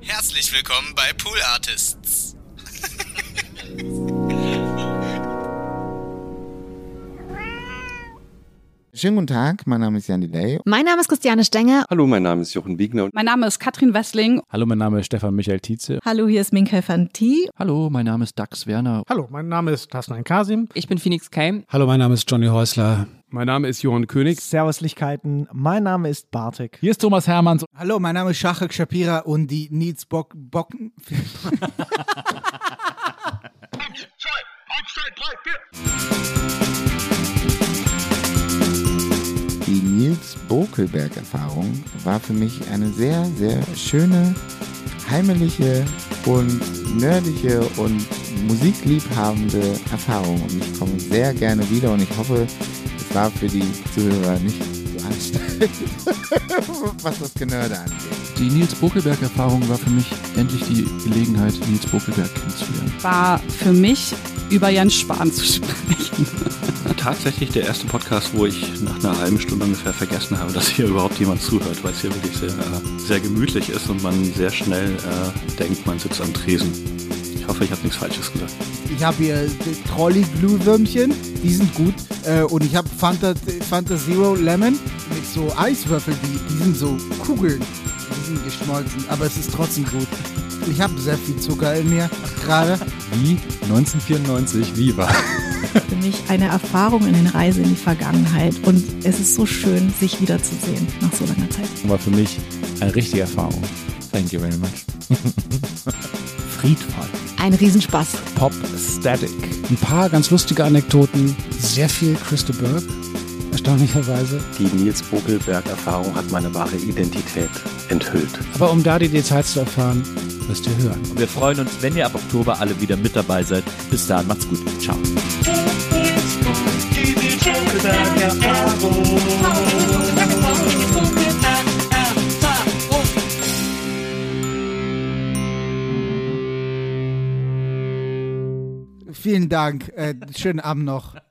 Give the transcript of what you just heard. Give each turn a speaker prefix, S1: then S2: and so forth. S1: Herzlich willkommen bei Pool Artists.
S2: Schönen guten Tag, mein Name ist Jan Delay.
S3: Mein Name ist Christiane Stenger.
S4: Hallo, mein Name ist Jochen Wiegner. und
S5: Mein Name ist Katrin Wessling.
S6: Hallo, mein Name ist Stefan Michael Tietze.
S7: Hallo, hier ist Minkai Fanti.
S8: Hallo, mein Name ist Dax Werner.
S9: Hallo, mein Name ist Tasnan Kasim.
S10: Ich bin Phoenix Keim.
S11: Hallo, mein Name ist Johnny Häusler.
S12: Mein Name ist Johann König.
S13: Servuslichkeiten. Mein Name ist Bartek.
S6: Hier ist Thomas Hermanns.
S14: Hallo, mein Name ist Shachak Shapira und die Needs Bock Bocken.
S2: Die Nils Bokelberg-Erfahrung war für mich eine sehr, sehr schöne, heimelige und nerdige und musikliebhabende Erfahrung. Und ich komme sehr gerne wieder und ich hoffe, es war für die Zuhörer nicht so anstrengend, was das Genörde angeht.
S8: Die Nils Buckelberg-Erfahrung war für mich endlich die Gelegenheit, Nils Buckelberg kennenzulernen.
S5: War für mich, über Jens Spahn zu sprechen.
S4: Tatsächlich der erste Podcast, wo ich nach einer halben Stunde ungefähr vergessen habe, dass hier überhaupt jemand zuhört, weil es hier wirklich sehr, äh, sehr gemütlich ist und man sehr schnell äh, denkt, man sitzt am Tresen. Ich hoffe, ich habe nichts Falsches gesagt.
S14: Ich habe hier Trolley-Glühwürmchen, die sind gut. Äh, und ich habe Fanta, Fanta Zero Lemon mit so Eiswürfeln, die, die sind so Kugeln. Die sind geschmolzen, aber es ist trotzdem gut. Ich habe sehr viel Zucker in mir gerade.
S6: Wie 1994 Viva.
S7: Für mich eine Erfahrung in den Reise in die Vergangenheit. Und es ist so schön, sich wiederzusehen nach so langer Zeit.
S6: War für mich eine richtige Erfahrung.
S2: Thank you very much.
S6: Friedvoll.
S3: Ein Riesenspaß.
S6: Pop Static.
S9: Ein paar ganz lustige Anekdoten. Sehr viel Christa Burke, erstaunlicherweise.
S4: Die Nils Bokelberg-Erfahrung hat meine wahre Identität enthüllt.
S9: Aber um da die Details zu erfahren, müsst ihr hören.
S15: Wir freuen uns, wenn ihr ab Oktober alle wieder mit dabei seid. Bis dahin, macht's gut. Ciao.
S14: Vielen Dank. Äh, schönen Abend noch.